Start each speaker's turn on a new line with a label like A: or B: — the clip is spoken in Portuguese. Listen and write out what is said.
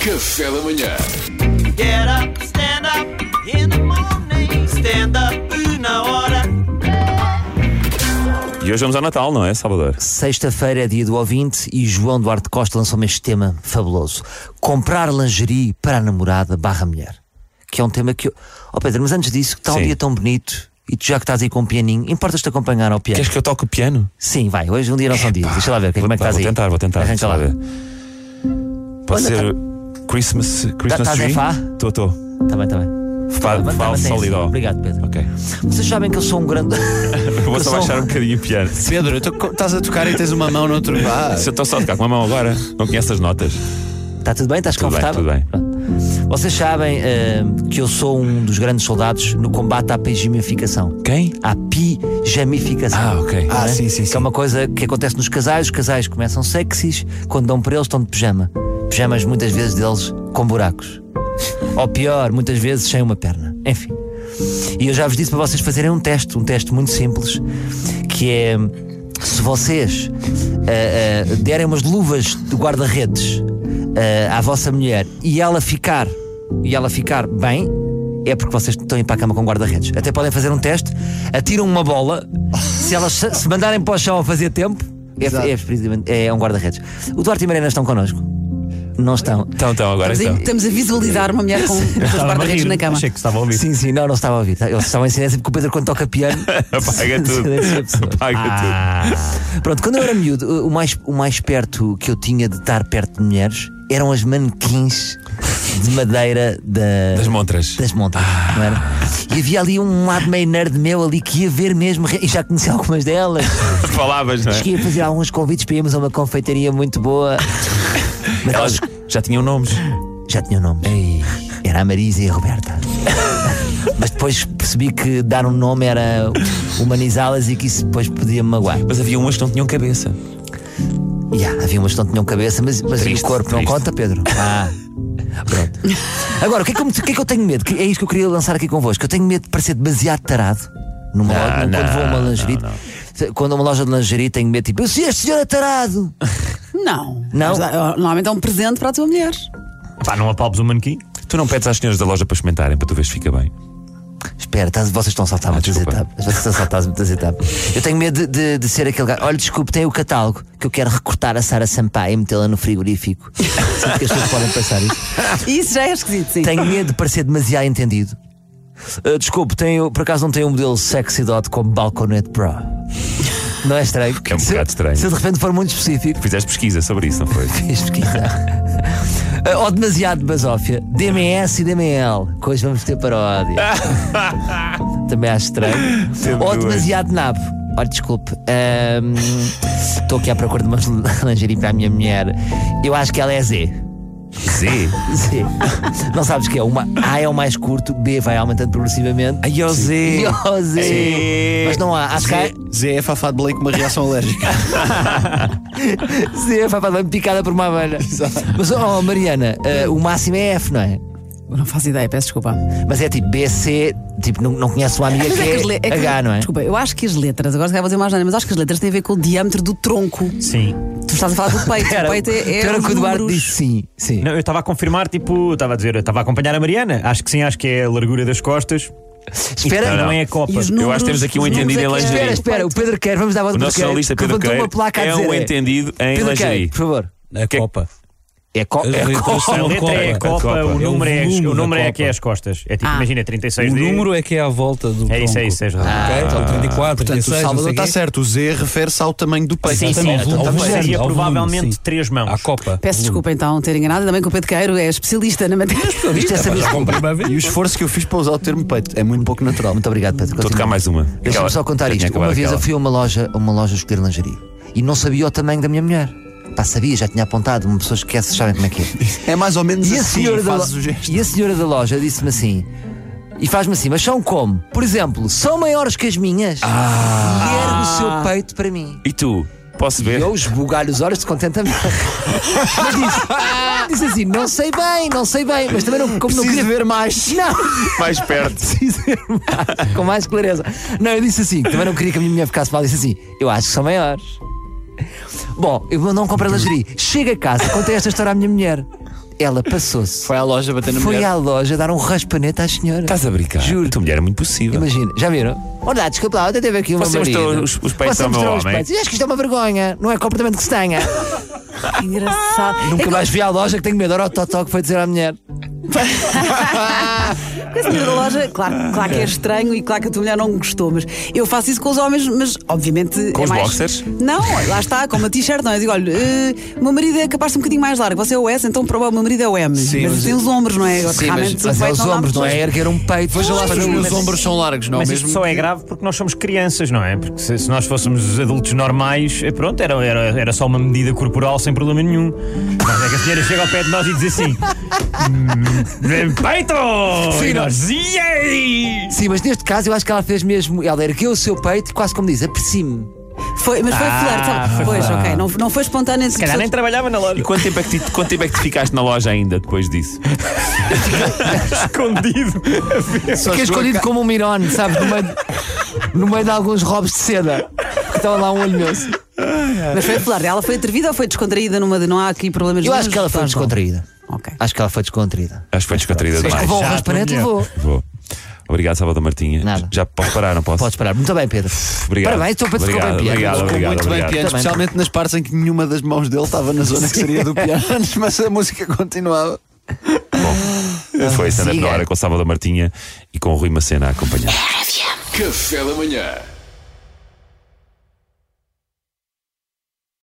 A: Café da manhã.
B: Get up, stand up in the morning. Stand up na hora.
C: E hoje vamos ao Natal, não é, Salvador?
D: Sexta-feira é dia do ouvinte e João Duarte Costa lançou-me este tema fabuloso: comprar lingerie para a namorada barra mulher. Que é um tema que. eu- Oh Pedro, mas antes disso, que está um
C: Sim.
D: dia tão bonito e tu já que estás aí com o pianinho, importas-te acompanhar ao piano?
C: Queres que eu toque o piano?
D: Sim, vai, hoje um dia não são dias. Deixa lá ver como é que
C: Pá,
D: estás
C: vou
D: aí.
C: tentar, vou tentar.
D: Arranja lá.
C: Deixa eu ver. Pode
D: Olha,
C: ser Christmas, Christmas
D: estás em
C: Tree?
D: Fá?
C: Estou, estou.
D: Também, também.
C: Fá,
D: Mas
C: Fá
D: mantém-se.
C: solidó.
D: tá, Obrigado, Pedro.
C: Ok.
D: Vocês sabem que eu sou um grande.
C: Vou só
D: sou-
C: baixar um bocadinho o piano.
E: Pedro, tu estás a tocar e tens uma mão no outro lado.
C: Se eu estou só a tocar com a mão agora, não conheço as notas.
D: Está Tá tudo bem? Estás
C: Tudo bem,
D: confortável?
C: tudo bem.
D: Pronto. Vocês sabem eh, que eu sou um dos grandes soldados no combate à pijamificação.
C: Quem?
D: à pijamificação.
C: Ah, ok.
E: Ah,
D: Não é?
E: sim, sim,
D: Que é
E: sim.
D: uma coisa que acontece nos casais, os casais começam sexys, quando dão por eles estão de pijama. Pijamas muitas vezes deles com buracos. Ou pior, muitas vezes sem uma perna. Enfim. E eu já vos disse para vocês fazerem um teste, um teste muito simples, que é se vocês ah, ah, derem umas luvas de guarda-redes ah, à vossa mulher e ela ficar e ela ficar bem, é porque vocês estão a ir para a cama com guarda-redes. Até podem fazer um teste, atiram uma bola, se elas se se mandarem para o chão a fazer tempo, é,
E: Exato.
D: é, precisamente- é um guarda-redes. O Duarte e Mariana estão connosco. Não estão.
C: Então, então, agora
F: Estamos a-
C: então.
F: Estamos a visualizar uma mulher com os guarda-redes na cama.
D: Sim, sim, não, não estava a ouvir. Eles estavam em silêncio porque o Pedro, quando toca piano,
C: Apaga tudo.
D: silêncio absoluto.
C: Apaga
D: Ah. Pronto, quando eu era miúdo, o mais, o mais perto que eu tinha de estar perto de mulheres eram as manequins de madeira da-
C: tudo. Das montras.
D: das montas, não era? E havia ali um lado meio nerd meu ali que ia ver mesmo, e já conheci algumas delas.
C: Falavas, não é?
D: Cheguei a fazer alguns convites para irmos a uma confeitaria muito boa. Mas
C: Elas já tinham nomes.
D: já tinham nomes. Era a Marisa e a Roberta. Mas depois percebi que dar um nome era humanizá-las e que isso depois podia me magoar.
C: Mas havia umas que não tinham cabeça.
D: Yeah, havia umas que não tinham cabeça, mas, mas e o
C: Triste,
D: corpo não
C: triste.
D: conta, Pedro. Ah. Pronto. Agora, o que, é que eu, me- o que é que eu tenho medo? Que é isso que eu queria lançar aqui convosco. Eu tenho medo de parecer demasiado tarado numa
C: Não,
D: loja, quando
C: não,
D: vou a uma
C: não,
D: lingerie. se- Quando a uma loja de lingerie, tenho medo tipo, se este senhor é tarado.
F: Não.
D: Não?
F: Mas, ah, Normalmente é um presente para a tua mulher.
G: Pá, não apalpes o manequim?
C: Tu não pedes às senhoras da loja para experimentarem, para tu veres se fica bem.
D: Espera, estás- vocês estão a saltar muitas
C: Ah, desculpa.
D: etapas. Vocês estão a saltar muitas etapas. Eu tenho medo de, de- de ser aquele gajo. Olha, desculpe, tem o catálogo que eu quero recortar a Sara Sampaio e metê-la no frigorífico. Sinto que as pessoas podem passar isso.
F: Isso já é esquisito, sim.
D: Tenho medo de parecer demasiado entendido. Ah, desculpe, tem, por acaso não tem um modelo sexy dot como Balconete Pro? Não é estranho?
C: É um
D: Se-
C: bocado estranho.
D: Se de repente for muito específico,
C: Fizeste pesquisa sobre isso, não foi?
D: fiz pesquisa. Ah, ou demasiado basófia, DMS e DML, que hoje vamos ter paródia. Também acho estranho.
C: Temos
D: ou
C: duas.
D: demasiado nabo. Olha, desculpe, ahm, estou aqui à procura de uma lingerie para a minha mulher. Eu acho que ela é Z.
C: Sim.
D: Z. Não sabes o que é? Uma A é o mais curto, B vai aumentando progressivamente.
C: Ai, ó, Zé.
D: E o Z. Mas não há. Acho que há-
E: Zé, Zé é Fafá de Belém com uma reação alérgica.
D: Z vai para picada por uma abelha. Mas, oh, Mariana, ah, o máximo é F, não é?
F: Não faço ideia, peço desculpa.
D: Mas é tipo BC, tipo, não, não conheço uma amiga
F: Mas
D: que
F: é que
D: é,
F: as le- é que-
D: H, não é?
F: Desculpa, eu acho que as letras, agora se calhar vou dizer mais nada, mas acho que as letras têm a ver com o diâmetro do tronco.
G: Sim.
F: Tu estás a falar do peito. o peito é, é
D: Espera
F: os
D: que o Eduardo
F: números.
D: disse sim, sim.
G: Não, eu estava a confirmar, tipo, estava a dizer, eu estava a acompanhar a Mariana. Acho que sim, acho que é a largura das costas.
D: espera,
G: Não, não é a copa.
F: E os
C: Eu
F: números-
C: acho que temos aqui um
F: os números é
C: entendido em
F: que é-
D: espera,
C: lingerie.
D: espera, o Pedro Queiro, vamos dar a volta
C: O
D: do
C: nosso
D: Queiro,
C: jornalista
D: é que
C: Pedro
D: levantou uma
C: Queiro
D: placa a
C: é
D: dizer,
C: um entendido em
D: Pedro Queiro,
C: lingerie.
D: por favor.
H: A
C: Que-
H: Copa.
D: É, co é
H: As
D: co-
H: letras
G: é A
H: são
G: letra é a copa,
C: Copa.
G: o
H: É o
G: número, é,
H: volume
G: o
H: da
G: número é
H: Copa.
G: que é as costas. É tipo,
F: Ah.
G: imagina, 36
H: O
G: de...
H: número é que é à volta do
G: É isso, é isso, tens razão.
H: Ok? Então 34,
E: Portanto, o
H: 36, não
E: Salvador
H: sei
E: está
H: quê.
E: certo. O Z refere-se ao tamanho do peito.
G: Sim, sim,
H: Exatamente,
G: então
H: ao
G: também
H: volume,
G: seria
H: é ao volume,
G: provavelmente
H: sim.
G: três mãos.
H: À Copa.
F: Peço desculpa então ter enganado, também que o Pedro Queiro é especialista na matéria.
D: isto é saber.
E: E o esforço que eu fiz para usar o termo peito é muito pouco natural.
D: Muito obrigado, Pedro.
C: Estou a tocar
D: Continua.
C: mais uma.
D: Deixa-me
C: Aquela-
D: só contar
C: Já tinha
D: isto. Uma
C: acabado
D: vez eu
C: aquela.
D: fui a uma loja, a uma loja escolher lingerie e não sabia o tamanho da minha mulher. Pá, sabia, já tinha apontado, uma pessoa esquece, sabem como é que é.
E: É mais ou menos
D: E a,
E: assim.
D: senhora da
E: fazes
D: lo-
E: o gesto.
D: e a senhora da loja disse-me assim. E faz-me assim, mas são como? Por exemplo, são maiores que as minhas. E ergue o seu peito para mim.
C: E tu? Posso
D: E
C: ver?
D: eu esbugalho os olhos de contentamento. mas disse, disse assim: não sei bem, não sei bem, mas também não, como não
E: Preciso
D: queria.
E: ver mais.
D: Não,
C: Mais perto.
D: preciso ver mais, com mais clareza. Não, eu disse assim: também não queria que a minha mulher ficasse mal. Disse assim: eu acho que são maiores. Bom, eu não comprei lingerie. Chego a casa, contei esta história à minha mulher. ela passou-se.
E: Foi à loja bater na
D: Foi
E: mulher.
D: à loja dar um raspanete à senhora.
C: Estás a brincar?
D: Juro.
C: A tua mulher é muito possível.
D: Imagina, já viram? Olá, desculpa lá, ontem teve aqui uma
C: Você mostrou os, os peitos ao meu homem.
D: E acho que isto é uma vergonha, não é comportamento que se tenha.
F: Que engraçado.
D: Nunca mais vi à loja que tenho medo, era o Totó que foi dizer à mulher.
F: Porque a senhora da loja, claro, claro que é estranho e claro que a tua mulher não gostou, mas eu faço isso com os homens, mas obviamente.
C: Com
F: é
C: os
F: mais...
C: boxers?
F: Não, lá está, com uma t-shirt, não. Eu digo, olha, eh, o meu marido é capaz de ser um bocadinho mais largo. Você é o S, então prova o meu marido é o M.
E: Sim,
F: mas,
E: mas-
F: tem os ombros, não é?
E: Sim,
F: Realmente,
E: mas-
D: Mas
F: o
D: é
F: peito
D: os
F: dá
D: ombros, não
F: para-
D: é erguer um peito.
E: Veja lá se os meus ombros são largos, não
G: Mas
E: mesmo?
G: isso só é grave porque nós somos crianças, não é? Porque se, se nós fôssemos os adultos normais, eh, pronto, era, era, era só uma medida corporal sem problema nenhum. Mas é que a senhora chega ao pé de nós e diz assim: "Hum, Peito! e nós, "E aí?"
D: Sim, mas neste caso eu acho que ela fez mesmo. Ela ergueu o seu peito, quase como diz, aprecie-me.
F: Foi, mas foi flerte, sabe? Pois, ok. Não, não foi espontâneo.
G: Se calhar nem trabalhava na
C: E
G: loja.
C: quanto tempo, é que ti- quanto tempo é que te ficaste na loja ainda depois disso?
G: Escondido.
D: Fiquei escondido como um mirone, sabes? No meio, no meio de alguns robos de seda. Que estava lá um olho meu.
F: Mas foi flerte. Ela foi atrevida ou foi descontraída numa de não há aqui problemas
D: Eu
F: nenhums?
D: acho que ela foi
F: Pronto.
D: descontraída.
F: Ok.
D: Acho que ela foi descontraída.
C: Acho que foi descontraída
D: Mas
C: demais.
D: que vou ao
G: já,
D: raspanete,
G: tua
D: levou.
C: Vou. Obrigado, Salvador Martinha.
D: Nada.
C: Já posso parar, não posso?
D: Podes parar. Muito bem, Pedro.
C: Obrigado.
D: Parabéns, estou para te
C: obrigado,
D: desculpar, Pierre.
C: obrigado,
E: Ficou
C: obrigado,
E: muito bem
C: obrigado.
E: piano,
D: Também.
E: especialmente nas partes em que nenhuma das mãos dele estava na zona que seria do piano, mas a música continuava.
C: Foi a é stand-up
D: Siga.
C: na hora com o Salvador Martinha e com o Rui Macena a acompanhar.
A: Café da Manhã